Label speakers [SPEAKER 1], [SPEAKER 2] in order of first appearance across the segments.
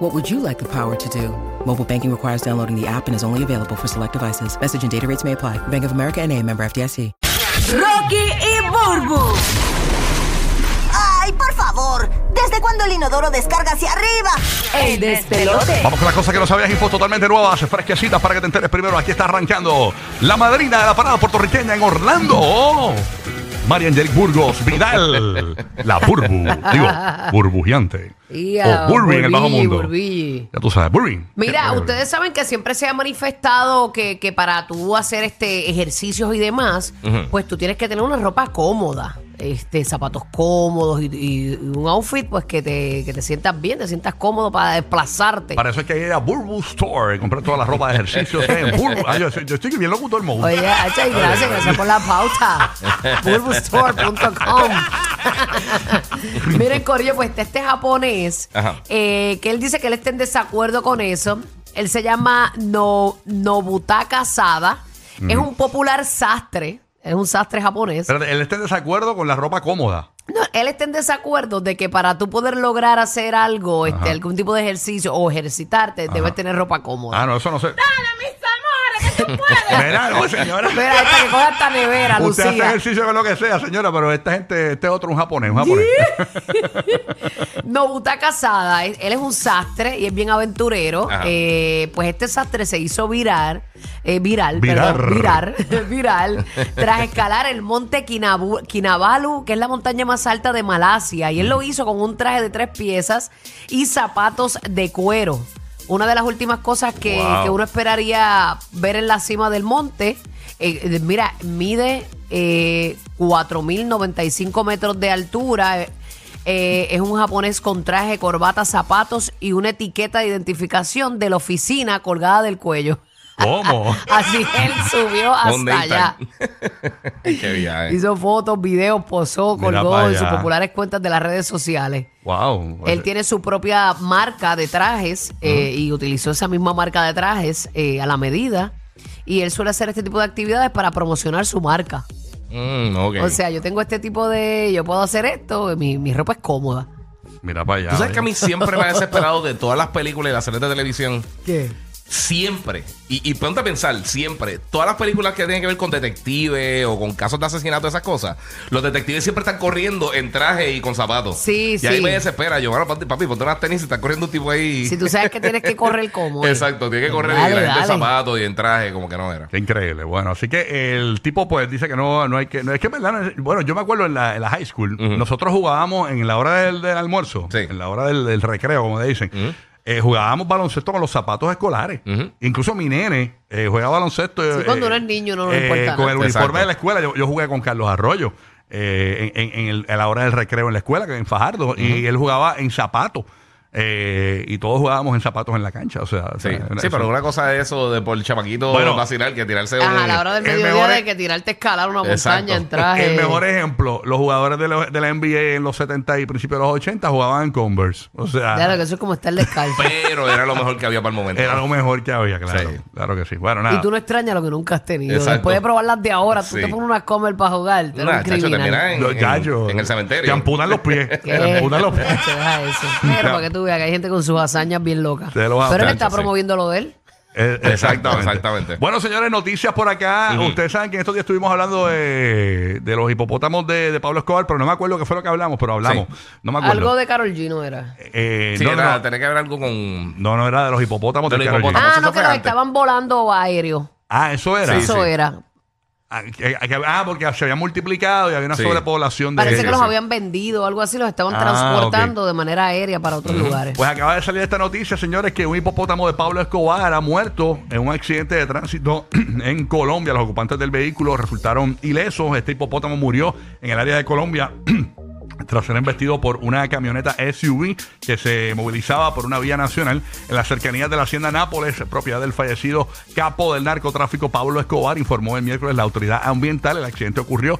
[SPEAKER 1] What would you like the power to do? Mobile banking requires downloading the app and is only available for select devices. Message and data rates may apply. Bank of America and a member FDIC.
[SPEAKER 2] Rocky y Burbu.
[SPEAKER 3] ¡Ay, por favor! ¿Desde cuándo el inodoro descarga hacia arriba?
[SPEAKER 2] El despelote.
[SPEAKER 4] Vamos con las cosas que no sabías, infos totalmente nuevas, fresquecitas para que te enteres primero. Aquí está arrancando la madrina de la parada puertorriqueña en Orlando. Oh, María Angelique Burgos Vidal, la burbu, digo, burbujeante.
[SPEAKER 2] Ya,
[SPEAKER 4] o burbi en el bajo
[SPEAKER 2] burbi,
[SPEAKER 4] mundo.
[SPEAKER 2] burbi.
[SPEAKER 4] Ya tú sabes, burbi.
[SPEAKER 2] Mira, ustedes saben que siempre se ha manifestado que, que para tú hacer este ejercicios y demás, pues tú tienes que tener una ropa cómoda, este zapatos cómodos y, y un outfit pues que te, que te sientas bien, te sientas cómodo para desplazarte.
[SPEAKER 4] Para eso es que ir a Burbu Store y comprar toda la ropa de ejercicio. en Burbu. Ay, yo, soy- yo estoy bien loco todo el mundo.
[SPEAKER 2] Oye, Hacha, y gracias, gracias por la pauta. Burbustore.com. Miren, Corillo, pues este, este japonés,
[SPEAKER 5] Ajá.
[SPEAKER 2] eh, que él dice que él está en desacuerdo con eso. Él se llama no, Nobutaka Sada. Es un popular sastre. Es un sastre japonés.
[SPEAKER 4] Espérate, él está en desacuerdo con la ropa cómoda.
[SPEAKER 2] No, él está en desacuerdo de que para tú poder lograr hacer algo, este, algún tipo de ejercicio o ejercitarte, debes tener ropa cómoda.
[SPEAKER 4] Ah, no, eso no sé.
[SPEAKER 6] mis amores, que tú puedes.
[SPEAKER 4] Mira, no, señora.
[SPEAKER 2] Mira, esta que coja esta nevera,
[SPEAKER 4] Usted hace
[SPEAKER 2] Lucía.
[SPEAKER 4] ejercicio con lo que sea, señora, pero esta gente, este otro un japonés, un japonés.
[SPEAKER 2] Nobutaka Sada, él es un sastre y es bien aventurero.
[SPEAKER 5] Ajá.
[SPEAKER 2] Eh, pues este sastre se hizo viral, eh, viral,
[SPEAKER 4] Virar.
[SPEAKER 2] perdón, viral, viral, tras escalar el monte Kinabu- Kinabalu, que es la montaña más alta de Malasia. Y él lo hizo con un traje de tres piezas y zapatos de cuero. Una de las últimas cosas que,
[SPEAKER 5] Wow.
[SPEAKER 2] que uno esperaría ver en la cima del monte. eh, eh, mira, mide eh, 4.095 metros de altura. eh, eh, es un japonés con traje, corbata, zapatos y una etiqueta de identificación de la oficina colgada del cuello.
[SPEAKER 4] ¿Cómo?
[SPEAKER 2] Así él subió
[SPEAKER 5] ¿Dónde
[SPEAKER 2] hasta allá.
[SPEAKER 5] están? Qué viaje.
[SPEAKER 2] Hizo fotos, videos, posó,
[SPEAKER 4] Mira
[SPEAKER 2] colgó
[SPEAKER 4] pa'
[SPEAKER 2] en sus
[SPEAKER 4] allá.
[SPEAKER 2] populares cuentas de las redes sociales.
[SPEAKER 4] Wow.
[SPEAKER 2] Él tiene su propia marca de trajes eh, y utilizó esa misma marca de trajes eh, a la medida. Y él suele hacer este tipo de actividades para promocionar su marca.
[SPEAKER 5] Mm, ok.
[SPEAKER 2] O sea, yo tengo este tipo de... Yo puedo hacer esto, mi, mi ropa es cómoda.
[SPEAKER 4] Mira para allá.
[SPEAKER 5] Tú sabes que a
[SPEAKER 4] oye.
[SPEAKER 5] mí siempre me ha desesperado de todas las películas y las series de televisión.
[SPEAKER 2] ¿Qué?
[SPEAKER 5] Siempre. Y, y ponte a pensar, siempre. Todas las películas que tienen que ver con detectives o con casos de asesinato, esas cosas. Los detectives siempre están corriendo en traje y con zapatos.
[SPEAKER 2] Sí,
[SPEAKER 5] y
[SPEAKER 2] sí.
[SPEAKER 5] ahí me desespera. Yo, bueno, papi, papi, ponte unas tenis y está corriendo un tipo ahí.
[SPEAKER 2] Si tú sabes que tienes que correr cómodo.
[SPEAKER 5] Exacto, tiene que correr
[SPEAKER 2] eh. Dale,
[SPEAKER 5] y este la gente en
[SPEAKER 2] dale.
[SPEAKER 5] zapatos y en traje, como que no era.
[SPEAKER 4] Qué increíble. Bueno, así que el tipo pues dice que no, no hay que... No, es que en verdad, no es- bueno, yo me acuerdo en la, en la high school, nosotros jugábamos en la hora del, del almuerzo,
[SPEAKER 5] Sí.
[SPEAKER 4] en la hora del, del recreo, como le dicen. eh, jugábamos baloncesto con los zapatos escolares. Incluso mi nene eh, juega baloncesto. eh,
[SPEAKER 2] cuando
[SPEAKER 4] eh,
[SPEAKER 2] uno es niño no nos
[SPEAKER 4] eh,
[SPEAKER 2] importa
[SPEAKER 4] Con
[SPEAKER 2] nada.
[SPEAKER 4] el
[SPEAKER 5] Exacto.
[SPEAKER 4] uniforme de la escuela. Yo, yo jugué con Carlos Arroyo eh, en, en- en el- a la hora del recreo en la escuela, que en Fajardo, y él jugaba en zapatos. eh, y todos jugábamos en zapatos en la cancha. O sea,
[SPEAKER 5] Sí,
[SPEAKER 4] o sea,
[SPEAKER 5] sí
[SPEAKER 4] eso-
[SPEAKER 5] pero una cosa es eso de por el chamaquito
[SPEAKER 4] Bueno.
[SPEAKER 5] vacilar que tirarse un...
[SPEAKER 2] Ajá, a la hora del
[SPEAKER 4] El
[SPEAKER 2] mediodía
[SPEAKER 4] mejor
[SPEAKER 2] de
[SPEAKER 4] es-
[SPEAKER 2] que tirarte a escalar una
[SPEAKER 5] Exacto.
[SPEAKER 2] montaña en traje.
[SPEAKER 4] El mejor ejemplo, los jugadores de, la- de la NBA en los 70 y principios de los 80 jugaban en Converse. O
[SPEAKER 5] Ah.
[SPEAKER 2] Claro,
[SPEAKER 4] sea,
[SPEAKER 2] que eso es como estar descalzo.
[SPEAKER 5] Pero era lo mejor que había para el momento.
[SPEAKER 4] era lo mejor que había, claro.
[SPEAKER 5] Sí.
[SPEAKER 4] Claro que sí. Bueno,
[SPEAKER 2] Y
[SPEAKER 4] nada.
[SPEAKER 2] tú no extrañas lo que nunca has tenido.
[SPEAKER 5] ah. Exacto.
[SPEAKER 2] Después de probar las de ahora, tú
[SPEAKER 5] Sí.
[SPEAKER 2] te pones unas comer para jugar. Tú eres
[SPEAKER 5] Nah,
[SPEAKER 2] un
[SPEAKER 5] chacho, termina
[SPEAKER 2] criminal.
[SPEAKER 5] en,
[SPEAKER 4] Los
[SPEAKER 5] en-
[SPEAKER 4] gallos,
[SPEAKER 5] en el cementerio.
[SPEAKER 4] Te amputan los pies.
[SPEAKER 2] ¿Qué?
[SPEAKER 5] eh,
[SPEAKER 4] te amputan los pies.
[SPEAKER 2] Chacho, deja eso. Pero para que tú veas que hay gente con sus hazañas bien locas.
[SPEAKER 4] Se los
[SPEAKER 2] Pero él
[SPEAKER 4] hace,
[SPEAKER 2] está
[SPEAKER 5] chacho, sí.
[SPEAKER 2] promoviendo lo de él.
[SPEAKER 4] Eh,
[SPEAKER 5] Exactamente, exactamente.
[SPEAKER 4] Bueno, señores, noticias por acá.
[SPEAKER 5] Ujú.
[SPEAKER 4] Ustedes saben que en estos días estuvimos hablando de, de los hipopótamos de, de Pablo Escobar, pero no me acuerdo qué fue lo que hablamos, pero hablamos. No me acuerdo.
[SPEAKER 2] Algo de Carol Gino era.
[SPEAKER 4] Eh,
[SPEAKER 5] Ah, Sí,
[SPEAKER 4] no,
[SPEAKER 5] era-
[SPEAKER 4] no, no,
[SPEAKER 5] tenía que haber algo con...
[SPEAKER 4] no, no, era de los hipopótamos
[SPEAKER 5] De
[SPEAKER 4] de,
[SPEAKER 5] los
[SPEAKER 4] Karol G.
[SPEAKER 5] hipopótamos.
[SPEAKER 2] Ah,
[SPEAKER 5] eso
[SPEAKER 2] no,
[SPEAKER 5] fue
[SPEAKER 2] que los
[SPEAKER 5] antes.
[SPEAKER 2] estaban volando aéreo.
[SPEAKER 4] Ah, eso era.
[SPEAKER 5] Sí,
[SPEAKER 2] eso
[SPEAKER 5] sí.
[SPEAKER 2] era.
[SPEAKER 4] Ah, que- que- ah, porque se había multiplicado y había una
[SPEAKER 5] Sí.
[SPEAKER 4] sobrepoblación de
[SPEAKER 2] Parece que
[SPEAKER 4] ellos.
[SPEAKER 2] los
[SPEAKER 5] sí.
[SPEAKER 2] habían vendido o algo así, los estaban
[SPEAKER 4] Ah,
[SPEAKER 2] transportando de manera aérea para otros lugares.
[SPEAKER 4] Pues acaba de salir esta noticia, señores, que un hipopótamo de Pablo Escobar ha muerto en un accidente de tránsito en Colombia. Los ocupantes del vehículo resultaron ilesos. Este hipopótamo murió en el área de Colombia. tras ser embestido por una camioneta SUV que se movilizaba por una vía nacional en las cercanías de la hacienda Nápoles, propiedad del fallecido capo del narcotráfico Pablo Escobar, informó el miércoles la autoridad ambiental. El accidente ocurrió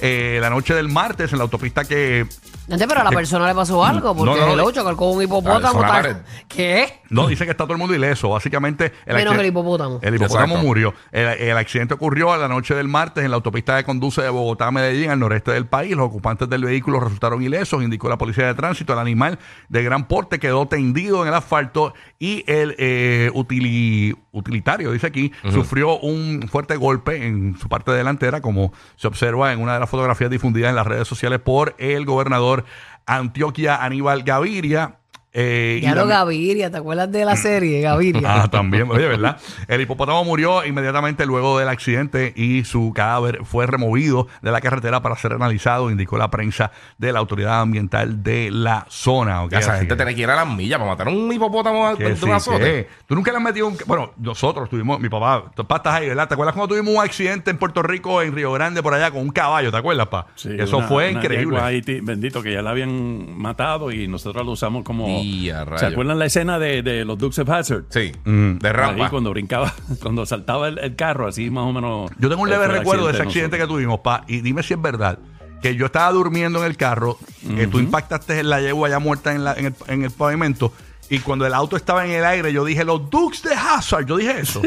[SPEAKER 4] eh, la noche del martes en la autopista que
[SPEAKER 2] Gente, pero a la persona le pasó algo, porque
[SPEAKER 4] no, no,
[SPEAKER 2] el
[SPEAKER 4] no.
[SPEAKER 2] 8 calcó un hipopótamo.
[SPEAKER 5] Dale,
[SPEAKER 2] tal-
[SPEAKER 5] sonar.
[SPEAKER 2] ¿Qué?
[SPEAKER 4] No, dice que está todo el mundo ileso. Básicamente.
[SPEAKER 2] Menos
[SPEAKER 4] accidente-
[SPEAKER 2] el hipopótamo.
[SPEAKER 4] El hipopótamo
[SPEAKER 5] Exacto.
[SPEAKER 4] murió. El, el accidente ocurrió a la noche del martes en la autopista que conduce de Bogotá a Medellín, al noreste del país. Los ocupantes del vehículo resultaron ilesos, indicó la policía de tránsito. El animal de gran porte quedó tendido en el asfalto y el eh, utili- utilitario, dice aquí, sufrió un fuerte golpe en su parte delantera, como se observa en una de las fotografías difundidas en las redes sociales por el gobernador Antioquia Aníbal Gaviria. eh, y
[SPEAKER 2] Ya lo
[SPEAKER 4] también-
[SPEAKER 2] Gaviria, ¿te acuerdas de la serie Gaviria?
[SPEAKER 4] Ah, también, oye, ¿verdad? El hipopótamo murió inmediatamente luego del accidente y su cadáver fue removido de la carretera para ser analizado, indicó la prensa de la autoridad ambiental de la zona. ¿ok?
[SPEAKER 5] Ya esa
[SPEAKER 4] Así
[SPEAKER 5] gente
[SPEAKER 4] que-
[SPEAKER 5] tiene que ir a las millas para matar a un hipopótamo al-
[SPEAKER 4] que
[SPEAKER 5] de
[SPEAKER 4] sí,
[SPEAKER 5] un azote.
[SPEAKER 4] que- Tú nunca le has metido un. Bueno, nosotros tuvimos, mi papá, tu papá estás ahí, ¿verdad? ¿Te acuerdas cuando tuvimos un accidente en Puerto Rico, en Río Grande, por allá, con un caballo, ¿te acuerdas, pa?
[SPEAKER 7] Sí,
[SPEAKER 4] Eso
[SPEAKER 7] una-
[SPEAKER 4] fue
[SPEAKER 7] una
[SPEAKER 4] increíble.
[SPEAKER 7] yegua Haití, bendito, que ya la habían matado y nosotros lo usamos como.
[SPEAKER 5] Y a rayos.
[SPEAKER 7] ¿Se acuerdan la escena de, de los Dukes of Hazzard?
[SPEAKER 5] Sí,
[SPEAKER 4] Mm.
[SPEAKER 5] de
[SPEAKER 7] Ahí
[SPEAKER 5] rampa.
[SPEAKER 7] cuando brincaba, cuando saltaba el, el carro, así más o menos.
[SPEAKER 4] Yo tengo un
[SPEAKER 7] eh,
[SPEAKER 4] leve
[SPEAKER 7] fue el
[SPEAKER 4] recuerdo de ese accidente que
[SPEAKER 7] nosotros.
[SPEAKER 4] tuvimos, pa, y dime si es verdad. Que yo estaba durmiendo en el carro, que tú impactaste en la yegua ya muerta en, la- en el, en el pavimento, y cuando el auto estaba en el aire, yo dije, los Dukes de Hazard, yo dije eso.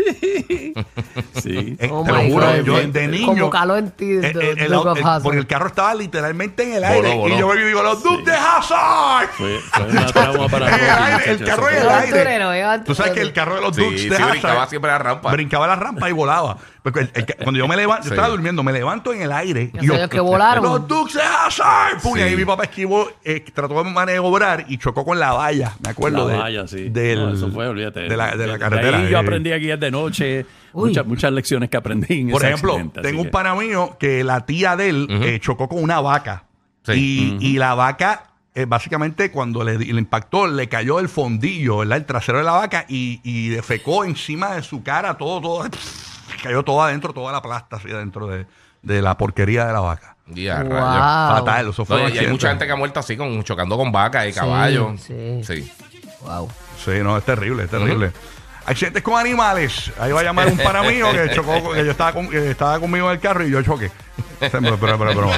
[SPEAKER 7] Sí.
[SPEAKER 4] Eh,
[SPEAKER 2] Oh
[SPEAKER 4] te lo
[SPEAKER 2] my
[SPEAKER 4] juro,
[SPEAKER 2] God.
[SPEAKER 4] yo de niño.
[SPEAKER 2] Como caló en ti,
[SPEAKER 4] eh, eh, el
[SPEAKER 2] Duke
[SPEAKER 4] auto-
[SPEAKER 2] of
[SPEAKER 4] el-
[SPEAKER 2] Hazard.
[SPEAKER 4] porque el carro estaba literalmente en el
[SPEAKER 5] Voló,
[SPEAKER 4] aire, y
[SPEAKER 5] voló.
[SPEAKER 4] yo me digo, los Dukes de Hazard.
[SPEAKER 7] Fue, fue una trauma para
[SPEAKER 4] En el
[SPEAKER 7] todos,
[SPEAKER 4] aire, el
[SPEAKER 7] muchachos,
[SPEAKER 4] carro en el
[SPEAKER 7] eso fue-
[SPEAKER 2] Era
[SPEAKER 4] aire.
[SPEAKER 2] aventurero, era
[SPEAKER 4] Tú sabes que el carro de los
[SPEAKER 5] Sí,
[SPEAKER 4] Dukes de
[SPEAKER 5] sí,
[SPEAKER 4] Hazard
[SPEAKER 5] brincaba siempre la rampa.
[SPEAKER 4] Brincaba la rampa y volaba. Porque el- el ca- cuando yo me levanto, yo
[SPEAKER 5] Sí.
[SPEAKER 4] estaba durmiendo, me levanto en el aire.
[SPEAKER 2] Ya sabías que volaron.
[SPEAKER 4] Los Dukes de Hazard. Pum, y
[SPEAKER 5] Sí.
[SPEAKER 4] ahí mi papá esquivó, eh, trató de maniobrar y chocó con la valla. Me acuerdo
[SPEAKER 7] La
[SPEAKER 4] de,
[SPEAKER 7] valla, sí.
[SPEAKER 4] del-
[SPEAKER 7] No, eso fue, olvídate.
[SPEAKER 4] de la, de la
[SPEAKER 7] ahí
[SPEAKER 4] carretera.
[SPEAKER 7] yo
[SPEAKER 4] eh.
[SPEAKER 7] aprendí a guiar de noche.
[SPEAKER 2] Uy.
[SPEAKER 7] Muchas, muchas lecciones que aprendí en
[SPEAKER 4] Por
[SPEAKER 7] ese
[SPEAKER 4] ejemplo,
[SPEAKER 7] accidente, así
[SPEAKER 4] tengo un
[SPEAKER 7] que-
[SPEAKER 4] pana mío que la tía de él eh, chocó con una vaca.
[SPEAKER 5] Sí.
[SPEAKER 4] Y, y la vaca, eh, básicamente, cuando le, di- le impactó, le cayó el fondillo, ¿verdad? El trasero de la vaca y, y defecó encima de su cara todo, todo. cayó todo adentro, toda la plasta así adentro de, de la porquería de la vaca.
[SPEAKER 5] Y a
[SPEAKER 2] Wow.
[SPEAKER 5] rayos.
[SPEAKER 4] Fatal, eso fue. un
[SPEAKER 5] No, y- y hay
[SPEAKER 4] accidente.
[SPEAKER 5] mucha gente que ha muerto así, con, chocando con vacas y
[SPEAKER 2] Sí,
[SPEAKER 5] caballos.
[SPEAKER 2] sí.
[SPEAKER 5] sí.
[SPEAKER 2] Wow.
[SPEAKER 4] Sí, no, es terrible, es terrible. Accidentes con animales. Ahí va a llamar un pana mío que chocó, con- que yo estaba, con- que estaba conmigo en el carro y yo choqué. Pero, pero, pero, pero,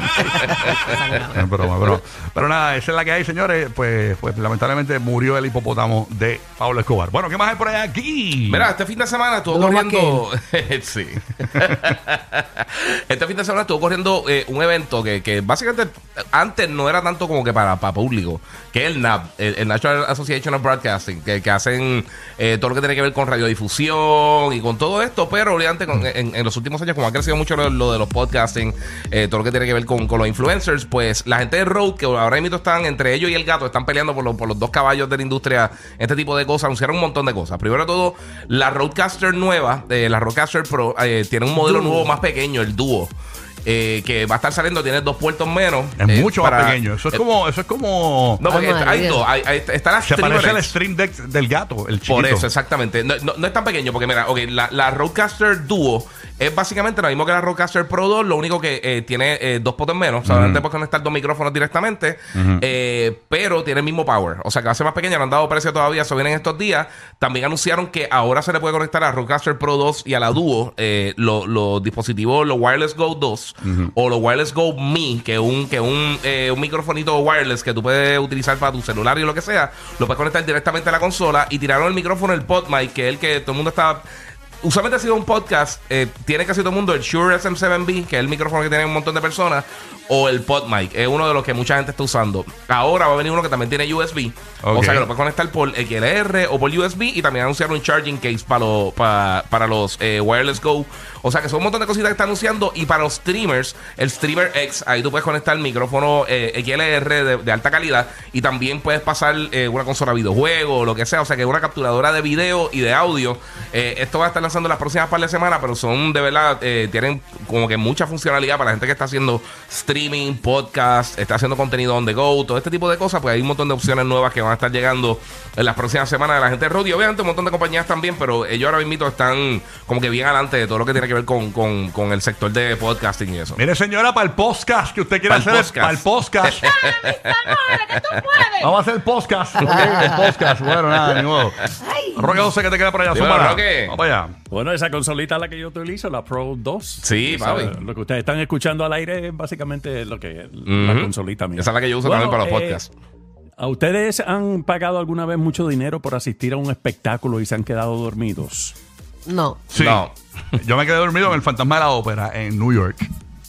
[SPEAKER 4] pero, pero, pero nada, esa es la que hay, señores. Pues, pues lamentablemente murió el hipopótamo de Pablo Escobar. Bueno, ¿qué más hay por allá aquí?
[SPEAKER 5] Mira, este fin de semana estuvo
[SPEAKER 2] Duró más
[SPEAKER 5] corriendo. sí. este fin de semana estuvo corriendo eh, un evento que, que básicamente antes no era tanto como que para, para público, que es el NAB, el, el National Association of Broadcasting, que, que hacen eh, todo lo que tiene que ver con radiodifusión y con todo esto, pero obviamente con- en, en los últimos años, como ha crecido mucho lo, lo de los podcasting, eh, todo lo que tiene que ver con, con los influencers, pues la gente de Road, que ahora mismo están entre ellos y el gato, están peleando por, los- por los dos caballos de la industria, este tipo de cosas, anunciaron un montón de cosas. Primero de todo, la Roadcaster nueva, eh, la Roadcaster Pro, eh, tiene un modelo nuevo más pequeño, el Duo. eh, que va a estar saliendo, tiene dos puertos menos.
[SPEAKER 4] es
[SPEAKER 5] eh,
[SPEAKER 4] mucho
[SPEAKER 5] para-
[SPEAKER 4] más pequeño. Eso es
[SPEAKER 5] eh,
[SPEAKER 4] como. Eso es como
[SPEAKER 5] No, porque
[SPEAKER 2] Ay, madre
[SPEAKER 5] hay
[SPEAKER 2] mía.
[SPEAKER 5] dos. hay- hay- está la
[SPEAKER 4] se parece
[SPEAKER 5] Streamer
[SPEAKER 4] al
[SPEAKER 5] X.
[SPEAKER 4] stream deck del gato, el chiquito.
[SPEAKER 5] Por eso, exactamente. No, no- no es tan pequeño, porque mira, ok, la, la Roadcaster Duo es básicamente lo mismo que la Roadcaster Pro 2, lo único que eh, tiene eh, dos potes menos. O sea, solamente puedes conectar dos micrófonos directamente, eh, pero tiene el mismo power. O sea, que va a ser más pequeña, no han dado precio todavía, eso viene en estos días. También anunciaron que ahora se le puede conectar a la Roadcaster Pro 2 y a la Duo eh, lo- los dispositivos, los Wireless Go 2 o los Wireless Go Mi, que es un, que es un, eh, un microfonito wireless que tú puedes utilizar para tu celular y lo que sea, lo puedes conectar directamente a la consola y tiraron el micrófono, el PodMic, que es el que todo el mundo está... Usualmente ha sido un podcast, eh, tiene casi todo el mundo el Shure SM7B, que es el micrófono que tiene un montón de personas, o el PodMic, es uno de los que mucha gente está usando. Ahora va a venir uno que también tiene USB, o
[SPEAKER 4] Ok.
[SPEAKER 5] sea que lo puedes conectar por XLR o por USB y también anunciaron un charging case para, lo- pa- para los eh, Wireless Go. O sea que son un montón de cositas que están anunciando y para los streamers, el Streamer X, ahí tú puedes conectar micrófono eh, XLR de, de alta calidad y también puedes pasar eh, una consola de videojuego o lo que sea, o sea que una capturadora de video y de audio. Eh, esto va a estar lanzando las próximas par de semanas, pero son de verdad, eh, tienen como que mucha funcionalidad para la gente que está haciendo streaming, podcast, está haciendo contenido on the go, todo este tipo de cosas, pues hay un montón de opciones nuevas que van a estar llegando en las próximas semanas de la gente de Rode. Y obviamente un montón de compañías también, pero ellos ahora mismo están como que bien adelante de todo lo que tiene que ver con, con- con el sector de podcasting y eso.
[SPEAKER 4] Mire, señora, para el podcast que usted quiere
[SPEAKER 5] Pa'l
[SPEAKER 4] hacer,
[SPEAKER 5] podcast.
[SPEAKER 4] para el podcast.
[SPEAKER 6] Dale, mis amores, que tú puedes.
[SPEAKER 4] Vamos a hacer podcast. Ok, el podcast. Bueno, nada, ni modo. Roque José, que te queda por allá.
[SPEAKER 5] Dímelo,
[SPEAKER 4] súmala.
[SPEAKER 5] Roque.
[SPEAKER 4] Vamos allá.
[SPEAKER 7] Bueno, esa consolita es la que yo utilizo, la Pro 2.
[SPEAKER 5] Sí,
[SPEAKER 7] Esa,
[SPEAKER 5] papi.
[SPEAKER 7] Lo que ustedes están escuchando al aire es básicamente lo que
[SPEAKER 5] Ujú.
[SPEAKER 7] la consolita mía. eh,
[SPEAKER 5] Esa es la que yo uso también para los podcasts.
[SPEAKER 7] ¿A ustedes han pagado alguna vez mucho dinero por asistir a un espectáculo y se han quedado dormidos?
[SPEAKER 2] No.
[SPEAKER 4] Sí.
[SPEAKER 5] No.
[SPEAKER 4] Yo me quedé dormido en el fantasma de la ópera en New York.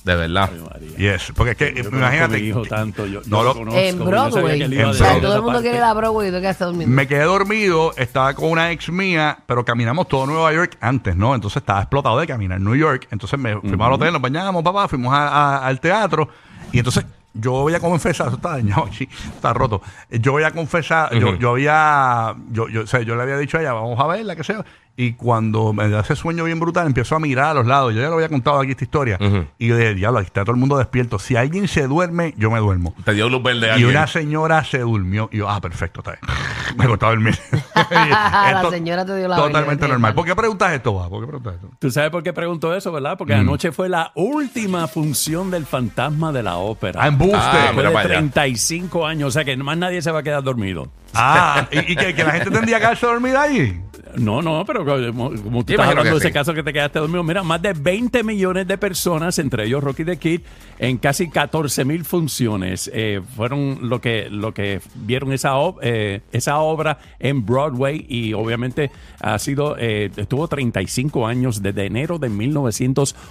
[SPEAKER 5] De verdad.
[SPEAKER 7] Ay, María.
[SPEAKER 4] Yes. Porque es que,
[SPEAKER 7] Yo conozco a mi
[SPEAKER 4] imagínate.
[SPEAKER 7] hijo tanto, yo, yo
[SPEAKER 4] No lo-
[SPEAKER 7] lo conozco. yo
[SPEAKER 2] En
[SPEAKER 7] sabía
[SPEAKER 2] Broadway.
[SPEAKER 7] que él iba
[SPEAKER 4] En
[SPEAKER 7] a
[SPEAKER 2] O sea,
[SPEAKER 4] Broadway.
[SPEAKER 7] decir
[SPEAKER 2] todo
[SPEAKER 7] esa
[SPEAKER 2] el mundo quiere
[SPEAKER 7] parte.
[SPEAKER 2] la Broadway y tú quedas durmiendo.
[SPEAKER 4] Me quedé dormido, estaba con una ex mía, pero caminamos todo Nueva York antes, ¿no? Entonces estaba explotado de caminar en New York. Entonces me fuimos al hotel, nos bañamos, papá, fuimos a- a- al teatro. Y entonces yo voy a confesar, eso está dañado aquí, está roto. Yo voy a confesar, yo,
[SPEAKER 5] Ujú.
[SPEAKER 4] yo había, yo, yo, o sea, yo le había dicho a ella, vamos a verla, que sea. Y cuando me da ese sueño bien brutal, empiezo a mirar a los lados. Yo ya lo había contado aquí esta historia.
[SPEAKER 5] Ujú.
[SPEAKER 4] Y yo dije, diablo, aquí está todo el mundo despierto. Si alguien se duerme, yo me duermo.
[SPEAKER 5] Te dio luz verde.
[SPEAKER 4] Y
[SPEAKER 5] alguien.
[SPEAKER 4] una señora se durmió. Y yo, ah, perfecto, está bien. Me costaba dormir. la
[SPEAKER 2] señora te dio la vaina,
[SPEAKER 4] Totalmente
[SPEAKER 2] qué
[SPEAKER 4] normal.
[SPEAKER 2] mal.
[SPEAKER 4] ¿Por qué preguntas esto, va? ¿Por qué preguntas esto?
[SPEAKER 7] Tú sabes por qué pregunto eso, ¿verdad?
[SPEAKER 5] Mm.
[SPEAKER 7] Porque anoche fue la última función del fantasma de la ópera.
[SPEAKER 4] Ah, embuste.
[SPEAKER 5] Ah,
[SPEAKER 7] Después
[SPEAKER 5] mira para
[SPEAKER 7] de
[SPEAKER 5] allá.
[SPEAKER 7] 35 años, o sea que más nadie se va a quedar dormido.
[SPEAKER 4] Ah, y, y que, que la gente tendría que haberse dormido ahí.
[SPEAKER 7] No, no, pero como, como
[SPEAKER 5] Yo
[SPEAKER 7] tú estás
[SPEAKER 5] imagino
[SPEAKER 7] hablando
[SPEAKER 5] que
[SPEAKER 7] de ese
[SPEAKER 5] sí.
[SPEAKER 7] caso que te quedaste dormido, mira, más de 20 millones de personas, entre ellos Rocky the Kid, en casi 14 mil funciones, eh, fueron lo que, lo que vieron esa, ob- eh, esa obra en Broadway y obviamente ha sido, eh, estuvo 35 años desde enero de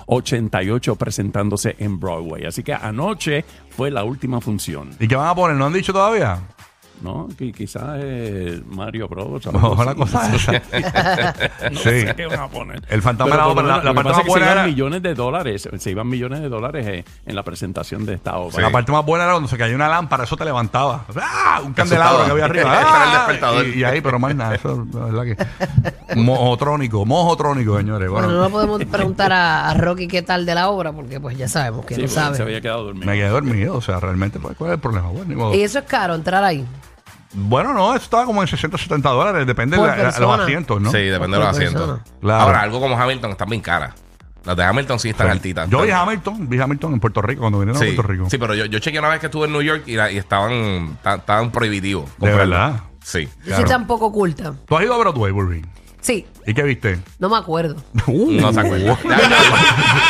[SPEAKER 7] 1988 presentándose en Broadway. Así que anoche fue la última función,
[SPEAKER 4] ¿Y qué van a poner? ¿No han dicho todavía?
[SPEAKER 7] ¿no? Que quizás eh, Mario Bros. algo
[SPEAKER 4] Ojo, la
[SPEAKER 7] así.
[SPEAKER 4] cosa esa.
[SPEAKER 7] No
[SPEAKER 4] Sí.
[SPEAKER 7] sé qué van a poner.
[SPEAKER 4] El fantasma
[SPEAKER 7] Pero
[SPEAKER 4] era
[SPEAKER 7] por lo
[SPEAKER 4] otra, la- la
[SPEAKER 7] menos lo que
[SPEAKER 4] parte
[SPEAKER 7] pasa
[SPEAKER 4] más
[SPEAKER 7] es que
[SPEAKER 4] buena
[SPEAKER 7] se iban
[SPEAKER 4] era-
[SPEAKER 7] millones de dólares. Se iban millones de dólares eh, en la presentación de esta obra.
[SPEAKER 5] Sí.
[SPEAKER 4] La parte más buena era cuando se cayó una lámpara, eso te levantaba. ¡Ah! Un candelabro que había arriba.
[SPEAKER 5] Ese era el
[SPEAKER 4] ¡Ah!
[SPEAKER 5] despertador.
[SPEAKER 4] Y, y ahí, pero más nada, eso la verdad que. Mojotrónico, mojotrónico, señores.
[SPEAKER 2] Bueno,
[SPEAKER 4] Bueno,
[SPEAKER 2] no le podemos preguntar a, a Rocky qué tal de la obra, porque pues ya sabemos que
[SPEAKER 7] Sí,
[SPEAKER 2] no
[SPEAKER 7] porque se
[SPEAKER 2] sabe.
[SPEAKER 7] había quedado dormido.
[SPEAKER 4] me quedé dormido, o sea, realmente, pues, ¿cuál es el problema? Bueno, ni modo.
[SPEAKER 2] Y eso es caro, entrar ahí.
[SPEAKER 4] Bueno, no, esto estaba como en 60, 70 dólares, depende de
[SPEAKER 2] Por
[SPEAKER 4] la- la- los
[SPEAKER 2] persona.
[SPEAKER 4] asientos, ¿no?
[SPEAKER 5] Sí, depende de los
[SPEAKER 2] Otra
[SPEAKER 5] asientos.
[SPEAKER 2] persona.
[SPEAKER 4] Claro. Pues,
[SPEAKER 5] Ahora, algo como Hamilton están bien caras. Las de Hamilton sí están altitas.
[SPEAKER 4] Yo vi Hamilton, vi Hamilton en Puerto Rico, cuando vinieron
[SPEAKER 5] Sí,
[SPEAKER 4] a Puerto Rico.
[SPEAKER 5] sí, pero yo, yo chequeé una vez que estuve en New York y, la- y estaban ta- estaban prohibitivos.
[SPEAKER 4] de
[SPEAKER 5] comprarlo.
[SPEAKER 4] verdad.
[SPEAKER 5] Sí.
[SPEAKER 2] Yo soy tan poco oculta.
[SPEAKER 4] ¿Tú has ido a Broadway, Burby?
[SPEAKER 2] Sí,
[SPEAKER 4] ¿Y qué viste? Uh,
[SPEAKER 2] no me acuerdo.
[SPEAKER 5] Uh, No se acuerda.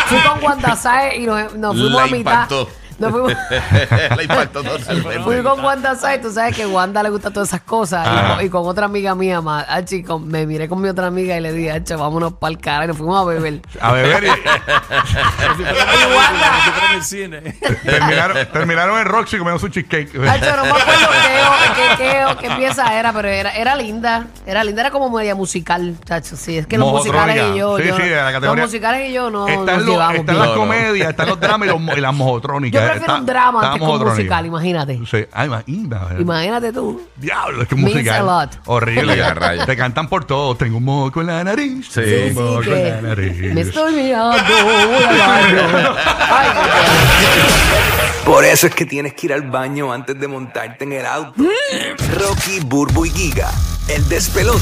[SPEAKER 2] Fui con Wanda Saez y nos, nos fuimos
[SPEAKER 5] La
[SPEAKER 2] a mitad.
[SPEAKER 5] impactó.
[SPEAKER 2] Nos fuimos,
[SPEAKER 5] La impactó totalmente.
[SPEAKER 2] fui con Wanda Saez, tú sabes que Wanda le gusta todas esas cosas. Y
[SPEAKER 4] Ah.
[SPEAKER 5] Ajá.
[SPEAKER 2] con, y con otra amiga mía más. Ah, chico, me miré con mi otra amiga y le dije, "Acho, vámonos para el cara y nos fuimos a beber.
[SPEAKER 4] A beber y
[SPEAKER 7] Como si fuera en el- como si fuera en el cine.
[SPEAKER 4] terminaron, terminaron en Roxy comiendo su cheesecake.
[SPEAKER 2] Acho, no me acuerdo qué, qué, qué- qué pieza era, pero era, era linda. Era linda, era como media musical, chacho. Sí, es que los
[SPEAKER 4] Mojotrónica.
[SPEAKER 2] musicales y yo.
[SPEAKER 4] Sí,
[SPEAKER 2] yo-
[SPEAKER 4] sí, de la categoría.
[SPEAKER 2] Los musicales y yo no
[SPEAKER 4] están
[SPEAKER 2] nos
[SPEAKER 4] los-
[SPEAKER 2] llevamos
[SPEAKER 4] están
[SPEAKER 2] bien.
[SPEAKER 4] las
[SPEAKER 5] No, no.
[SPEAKER 4] comedias, están los dramas y, los- y las
[SPEAKER 2] Yo
[SPEAKER 4] mojotrónicas.
[SPEAKER 2] prefiero
[SPEAKER 4] Está-
[SPEAKER 2] un drama
[SPEAKER 4] está
[SPEAKER 2] antes que un
[SPEAKER 4] mojotrónica.
[SPEAKER 2] musical, imagínate.
[SPEAKER 4] Sí, ay, imagínate.
[SPEAKER 2] Imagínate tú.
[SPEAKER 4] Diablo, es que un
[SPEAKER 2] Means
[SPEAKER 4] musical.
[SPEAKER 2] a lot.
[SPEAKER 4] Horrible.
[SPEAKER 5] Ya, rayos.
[SPEAKER 4] Te cantan por todo. Tengo un moco en la nariz.
[SPEAKER 5] Sí.
[SPEAKER 4] tengo un
[SPEAKER 5] Sí,
[SPEAKER 4] moco
[SPEAKER 2] Así
[SPEAKER 4] en la
[SPEAKER 2] que
[SPEAKER 4] nariz.
[SPEAKER 2] me estoy mirando. voy al baño. Ay, qué-
[SPEAKER 8] Por eso es que tienes que ir al baño antes de montarte en el auto. Rocky, Burbu y Giga, el despelote.